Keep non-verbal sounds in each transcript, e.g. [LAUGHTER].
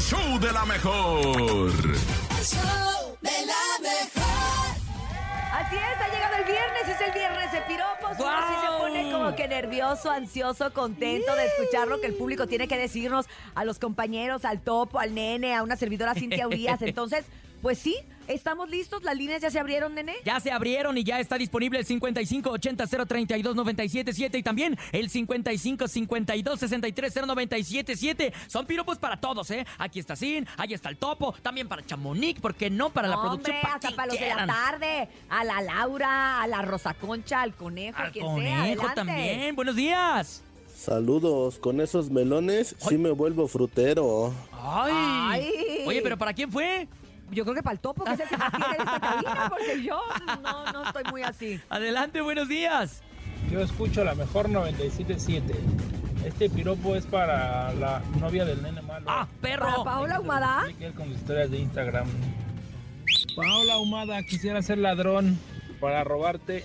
show de la mejor. Este show de la mejor. Así es, ha llegado el viernes, es el viernes de piropos. Uno sí se pone como que nervioso, ansioso, contento de escuchar lo que el público tiene que decirnos a los compañeros, al topo, al nene, a una servidora Cintia [LAUGHS] Urias. Entonces, pues sí, estamos listos, las líneas ya se abrieron, nene. Ya se abrieron y ya está disponible el 5580-032-977 y también el 5552-630977. Son piropos para todos, ¿eh? Aquí está Sin, ahí está el Topo, también para Chamonix, ¿por qué no? Para la Hombre, producción. hasta quien para los de la quieran. tarde, a la Laura, a la Rosa Concha, al conejo, Al quien sea. conejo adelante. también. Buenos días. Saludos, con esos melones sí me vuelvo frutero. Ay. Ay. Oye, pero ¿para quién fue? Yo creo que para el topo, que es el que más tiene en esta cabina, porque [LAUGHS] yo no, no estoy muy así. Adelante, buenos días. Yo escucho la mejor 97.7. Este piropo es para la novia del nene malo. Ah, ¿Para perro. Paola Humada? Que él con sus historias de Instagram. Paola Humada, quisiera ser ladrón para robarte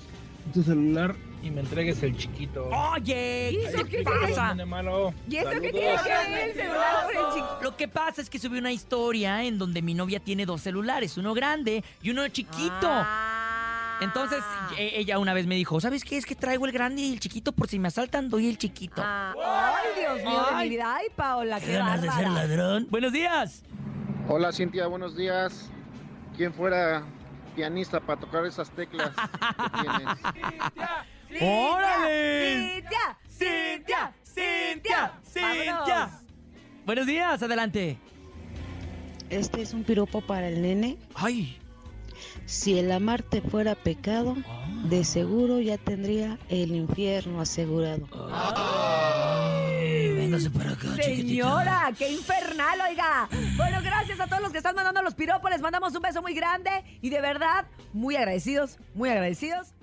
tu celular y me entregues el chiquito. Este Oye, ¿Y Oh, eso ¿qué qué te tiene? pasa? Nene malo. ¿Y eso qué Saludos. tiene que ver el celular con el chiquito? Lo que pasa es que subí una historia en donde mi novia tiene dos celulares, uno grande y uno chiquito. Ah. Entonces e- ella una vez me dijo, ¿sabes qué? Es que traigo el grande y el chiquito por si me asaltan doy el chiquito. Ah. Ay, Dios mío, de Ay. mi vida. Ay, Paola, Qué qué bárbara. ladrón. Buenos días. Hola Cintia, buenos días. ¿Quién fuera pianista para tocar esas teclas que tienes? ¡Órale! ¡Cintia! ¡Cintia! Cintia, Cintia. Buenos días, adelante. Este es un piropo para el nene. Ay. Si el amarte fuera pecado, de seguro ya tendría el infierno asegurado. Véngase para acá, Señora, qué infernal, oiga. Bueno, gracias a todos los que están mandando los piropos. Les mandamos un beso muy grande y de verdad, muy agradecidos, muy agradecidos